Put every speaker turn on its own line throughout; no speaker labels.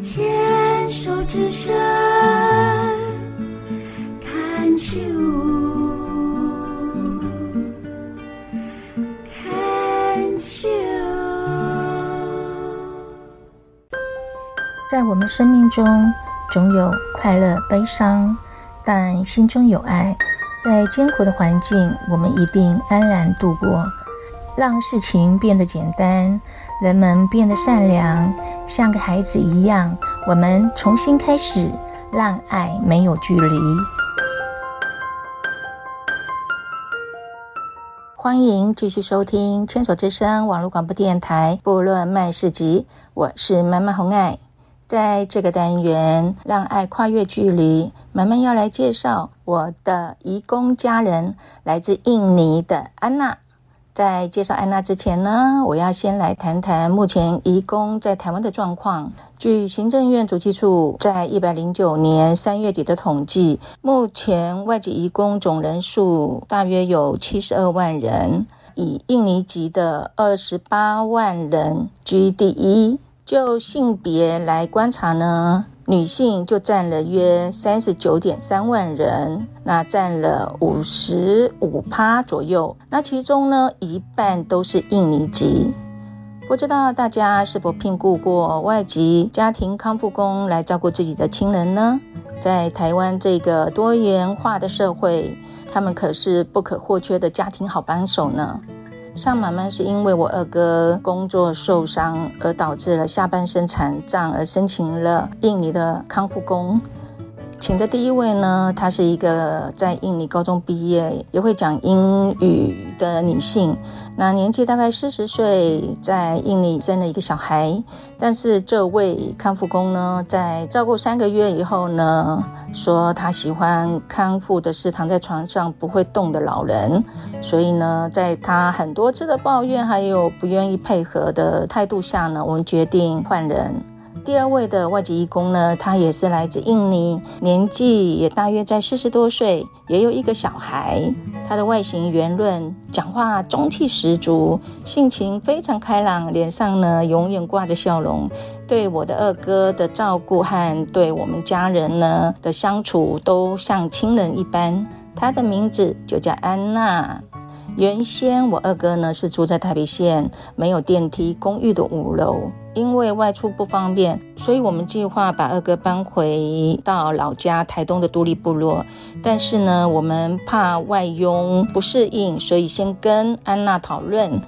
牵手之声，看秋。看秋。
在我们生命中，总有快乐、悲伤，但心中有爱。在艰苦的环境，我们一定安然度过，让事情变得简单，人们变得善良，像个孩子一样，我们重新开始，让爱没有距离。欢迎继续收听《牵手之声》网络广播电台《部落麦市集》，我是妈妈红爱。在这个单元，让爱跨越距离，慢慢要来介绍我的移工家人，来自印尼的安娜。在介绍安娜之前呢，我要先来谈谈目前移工在台湾的状况。据行政院主计处在一百零九年三月底的统计，目前外籍移工总人数大约有七十二万人，以印尼籍的二十八万人居第一。就性别来观察呢，女性就占了约三十九点三万人，那占了五十五趴左右。那其中呢，一半都是印尼籍。不知道大家是否聘雇过外籍家庭康复工来照顾自己的亲人呢？在台湾这个多元化的社会，他们可是不可或缺的家庭好帮手呢。上妈妈是因为我二哥工作受伤而导致了下半身残障，而申请了印尼的康复工。请的第一位呢，她是一个在印尼高中毕业，也会讲英语的女性，那年纪大概四十岁，在印尼生了一个小孩。但是这位康复工呢，在照顾三个月以后呢，说他喜欢康复的是躺在床上不会动的老人，所以呢，在他很多次的抱怨还有不愿意配合的态度下呢，我们决定换人。第二位的外籍义工呢，他也是来自印尼，年纪也大约在四十多岁，也有一个小孩。他的外形圆润，讲话中气十足，性情非常开朗，脸上呢永远挂着笑容。对我的二哥的照顾和对我们家人呢的相处，都像亲人一般。他的名字就叫安娜。原先我二哥呢是住在台北县没有电梯公寓的五楼，因为外出不方便，所以我们计划把二哥搬回到老家台东的独立部落。但是呢，我们怕外佣不适应，所以先跟安娜讨论。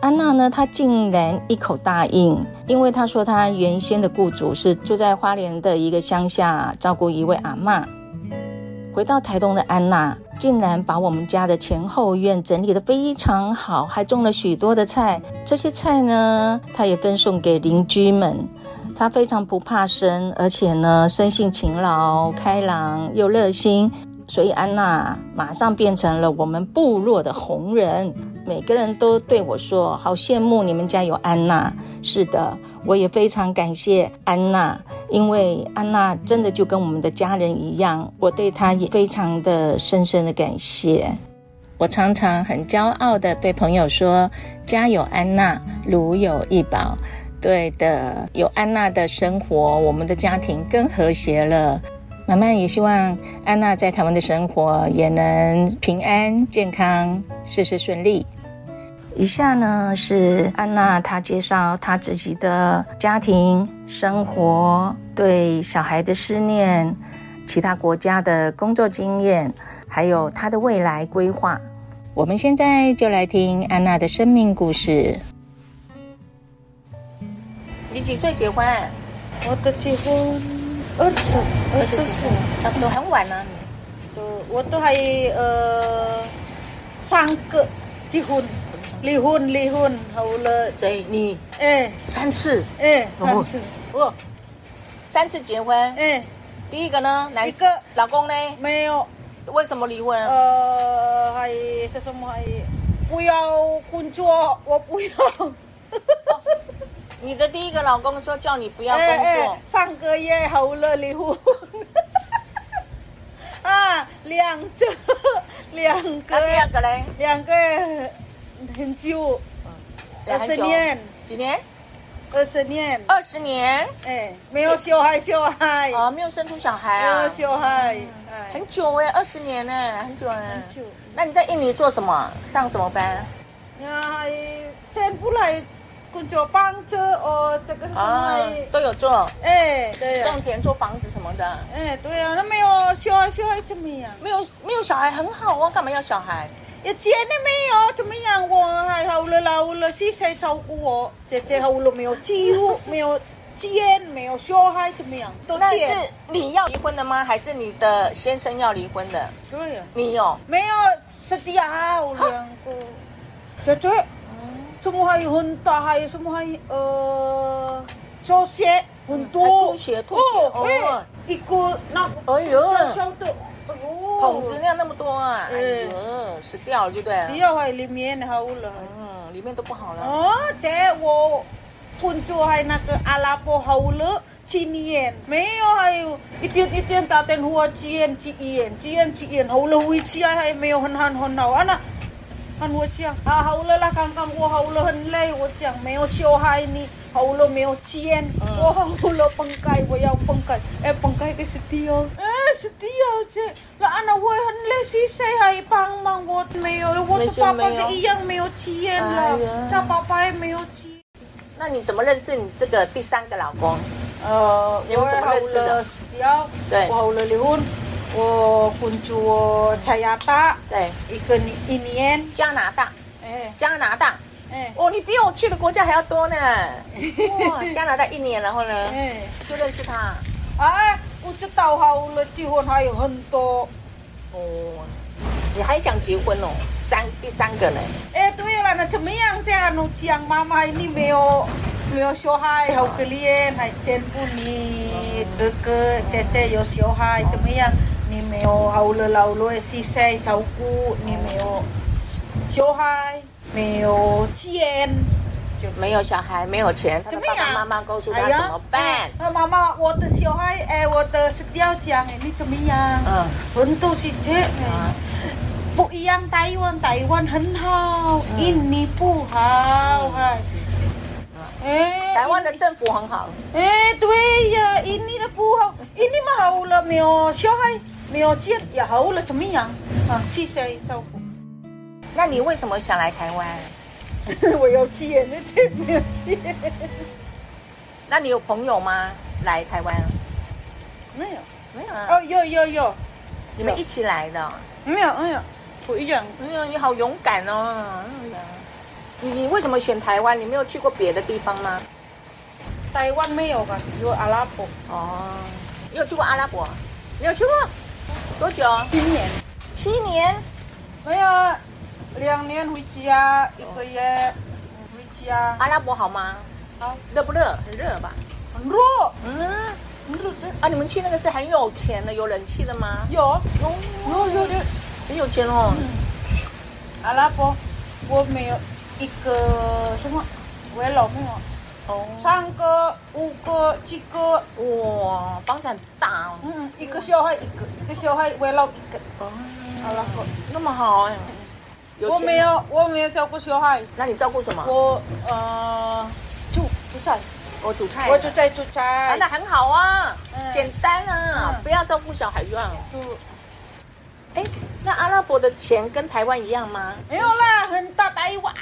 安娜呢，她竟然一口答应，因为她说她原先的雇主是住在花莲的一个乡下，照顾一位阿嬷。回到台东的安娜，竟然把我们家的前后院整理得非常好，还种了许多的菜。这些菜呢，她也分送给邻居们。她非常不怕生，而且呢，生性勤劳、开朗又热心，所以安娜马上变成了我们部落的红人。每个人都对我说：“好羡慕你们家有安娜。”是的，我也非常感谢安娜，因为安娜真的就跟我们的家人一样，我对她也非常的深深的感谢。我常常很骄傲的对朋友说：“家有安娜，如有一宝。”对的，有安娜的生活，我们的家庭更和谐了。妈妈也希望安娜在台湾的生活也能平安、健康、事事顺利。以下呢是安娜她介绍她自己的家庭生活、对小孩的思念、其他国家的工作经验，还有她的未来规划。我们现在就来听安娜的生命故事。你几岁结婚？
啊
我的结婚二十二十岁，
差不多很晚
啊
了、
呃，我都还呃三个结婚，离婚离婚好了，
谁？你
哎
三次
哎三次，
哦，三次结婚。
哎
第一个呢，哪
一个
老公呢？
没有
为什么离婚？
à? 呃还是什么还不要工作，我不要
你的第一个老公说叫你不要工作，
哎哎上个月好了离婚，啊两次两
啊，第二
个
个嘞，
两个很久，二
两很
十
久
年，
几年？
二十年，
二十年
哎，没有小孩，小孩，
Ờ,
哦，没有生出小
à.
孩
没有
啊，
小孩，哎，
很久哎，二十年哎，很久哎。
很久。
那你在印尼做什么？上什么班？
啊，全部来工作帮着哦，这个什
啊
Ờ.
么，，
都有做，
哎，对呀，
种田、做房子什么的。
哎，对呀，那没有小孩，小孩怎么样？
没有没有小孩很好啊，干嘛要小孩？
以前呢没有怎么样，我还好了老了，是谁照顾我？姐姐好了没有？几乎没有见，没有小孩怎么样？都
那
见
是你要离婚的吗？还是你的先生要离婚的？
对呀、
你有
没有是的啊，我两个姐姐，怎么还有很大，还有什么还有呃，抽血很多，
还吐血吐血
哦，
哦
对，一个那
哎呦
小小的，哎呦，
桶子量那么多啊？哎
嗯
呦，死掉了就对
不
了。
要还里面好了。
嗯，里面都不好了。
哦，这我工作还那个阿拉伯好了。七年没有，还有一点一点打电话，几年几年几年几年，好了回家还没有很很很好啊那。很我讲啊，好了啦，刚刚我好了很累，我讲没有小孩你好了没有钱，我好了崩盖，我要崩盖，哎崩盖个是的哦，哎是的哦这，那安娜我很累，是谁还帮忙我没有，我的爸爸一样没有钱
哎呀
了，他爸爸也没有钱。
那你怎么认识你这个第三个老公？
呃，
你们怎么认识的
我好了死掉，
对
我好了离婚，我工作在亚大
对，
一个年一年，
加拿大，
哎
加拿大。
哎
哦，你比我去的国家还要多 呢。哇，加拿大一年，然后呢，
哎。
就认识他。
哎，我知道好了，结婚还有很多。
哦，你还想结婚哦？三第三个呢？
哎，对了，那怎么样？这样我讲妈妈你没有没有小孩，好可怜，还见不你哥哥姐姐有小孩，怎么样？你没有好了老了是谁照顾？你没有小孩，没有钱，就
没有小孩，没有钱，他
怎
的
么
爸
样？
爸妈妈告诉他
哎呀
怎么办？
哎妈妈，我的小孩，哎，我的是掉奖，哎，你怎么样？
嗯，
很多是这，哎
啊
不一样。台湾，台湾很好，印尼不好，哎，哎，
台湾的政府很好，
哎，对呀，印尼的不好，印尼嘛好了，没有小孩，没有钱也好了，怎么样？啊，是谁照顾？
那你为什么想来台湾？
我有钱，这没有钱，
那你有朋友吗？来台湾？
没有。
没有啊，
哦，有有有，
你们一起来的哦。
没有没有，不一样。
哎呀，你好勇敢哦！哎呀你嗯你为什么选台湾？你没有去过别的地方吗？
台湾没有吧？有阿拉伯，
哦，你有去过阿拉伯？你有去过？多久？
今年
七年。
没有，两年回家一个月回家，
阿拉伯好吗？
好
热不热？很热吧？
很热，
嗯。
很热的。
啊，你们去那个是很有钱的，有人气的吗？
有有有有，
很有钱哦。
阿拉伯我没有一个什么围老没有，
哦。
三个、五个、几个，
哇，房产大哦。
嗯，一个小孩一个，一个小孩围老一个
哦，
阿拉伯。
那么好哎。有
我
钱吗
没。有，我没有照顾小孩，
那你照顾什么？
我呃住住在，
我煮菜。
我就在住
啊，
在
那。很好啊，
嗯
简单啊，
嗯
不要照顾小孩就好。
住
哎，那阿拉伯的钱跟台湾一样吗？
没有啦，很大台湾，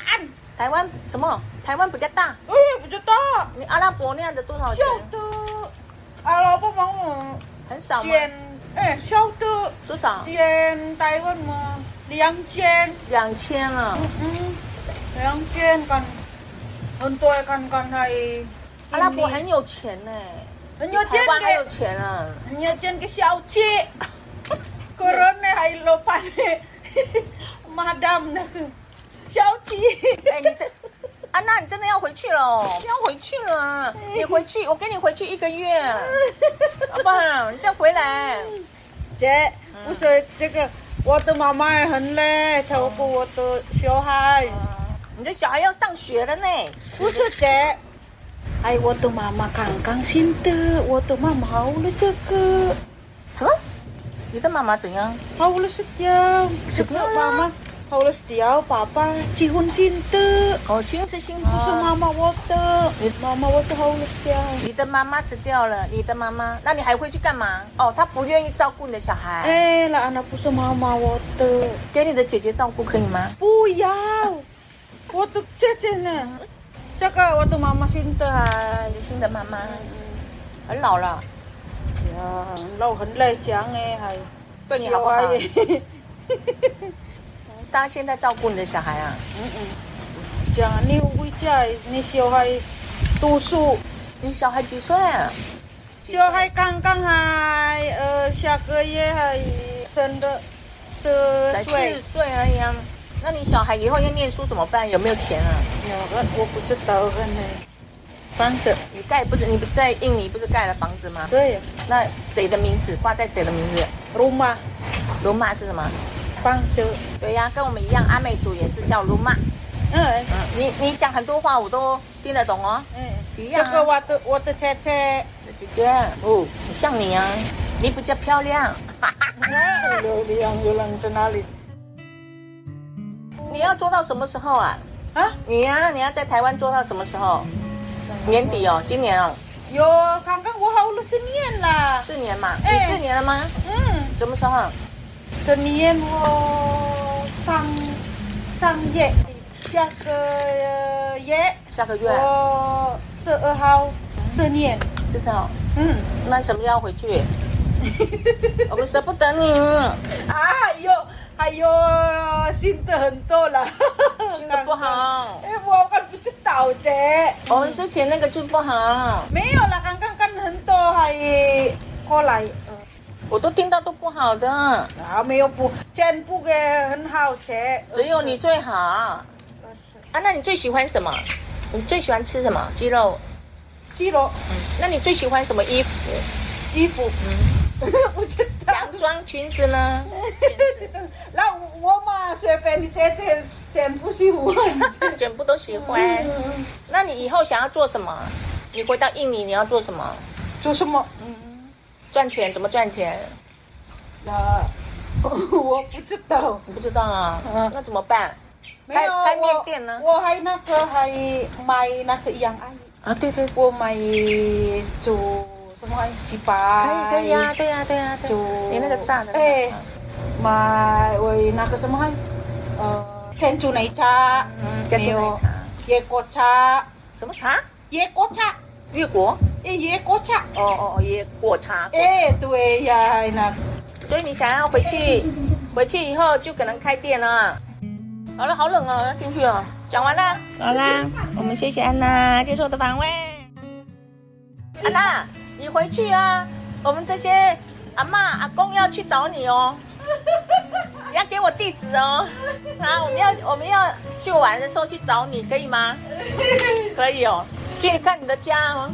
台湾什么？台湾比较大。
哎，不知道，
你阿拉伯那样的多少钱
小？的，啊，老婆帮我
很少吗？
捐，哎，小的
多少？
捐台湾嘛，两千，
两千啊了。
嗯，两千กัน很多กันกันให้
阿拉伯很有钱呢，
很有钱
台湾还有
给，
钱啊。
很有钱给小姐，个人呢还老板呢，madam 呢，小姐，
哎，你这，安娜，你真的要回去了哦？ 不要回去了，啊你回去，我跟你回去一个 月，好不好？你再回来。
姐，我说这个我的妈妈也很累，照顾我的小孩。
你的小孩要上学了呢。
不是的。哎，我的妈妈刚刚新的，我的妈妈好了这个
什么？你的妈妈怎样？
Hou le setiau.
Setiau
Setiau
lah.
mama. Hou le setiau papa. Cihun sinta.
哦，亲是幸福
Pusa
是吗？
mama water.
Eh.
Mama water hou le setiau.
你的妈妈死掉了，你的妈妈，那你还会去干嘛？哦，她不愿意照顾你的小孩，
Eh lah anak pusa mama water.
给你的姐姐照顾可以吗？
不要，我的姐姐呢？这个我的妈妈心的还
你新的妈妈很老了，
呀，老很来讲哎，还
对你好不好
小阿姨
她现在照顾你的小孩啊？
嗯嗯，讲你回家，你小孩读书，
你小孩几岁啊？几岁
小孩刚刚还呃下个月还生的十
才
岁
四，岁而已啊。那你小孩以后要念书怎么办？有没有钱啊？
呀我我不知道呢，房子
你盖不是你不是在印尼不是盖了房子吗？
对，
那谁的名字挂在谁的名字？
rumah
罗马是什么？
房子，
对呀、跟我们一样，阿美族也是叫罗马。
嗯
嗯，你你讲很多话我都听得懂哦。
嗯，
一样
这
啊
个我的我的姐姐。
姐姐，哦，很像你啊，你比较漂亮。
流量流量在哪里？
你要做到什么时候啊？
啊，
你呀、你要在台湾做到什么时候？年底哦，今年哦，
有，刚刚我好了十年啦。
四年嘛，
哎
你四年了吗？
嗯，
什么时候？
十年我上上月，下个月
下个月？啊
我十二号十年。
知道。
嗯，
那什么时候回 去？我们舍不得你，
啊，还有还有新的很多了，
新的不好
哎，我我不知道的。
我们哦之前那个就不好，
没有了，刚刚跟很多还过来。呃
我都听到都不好的，
啊，没有不，全部给很好吃。
只
Ờ,
有你最好啊。那你最喜欢什么？你最喜欢吃什么？鸡肉？
鸡肉
那你最喜欢什么衣服？
衣服， 不知道。
洋装、裙子呢？
那我嘛，随便你这这全部是我。
全部都喜欢。那你以后想要做什么？你回到印尼你要做什么？
做什么？
赚钱怎么赚钱？
啊，我不知道。
你不知道啊？
嗯
那怎么办？
没有
开开面
我
店呢
我还那个还买那个洋阿姨，
啊，对对，
我买做什么鸡排？
可以可以呀、啊，对呀、对呀、对
煮
你那个炸的，
哎
哎，
买为那个什么，呃，珍珠奶茶，
嗯珍珠奶茶
没有椰果茶，
什么茶？
椰果茶，
越国？
哎，椰果茶，
哦哦哦，椰果茶。
哎，对呀，那
所以你想要回去，回去以后就可能开店了。好了，好冷哦，要进去哦。讲完了，好啦，我们谢谢安娜接受我的访问。安娜，你回去啊，我们这些阿嬷阿公要去找你哦。你要给我地址哦，啊，我们要我们要去玩的时候去找你，可以吗？可以哦，去看你的家哦。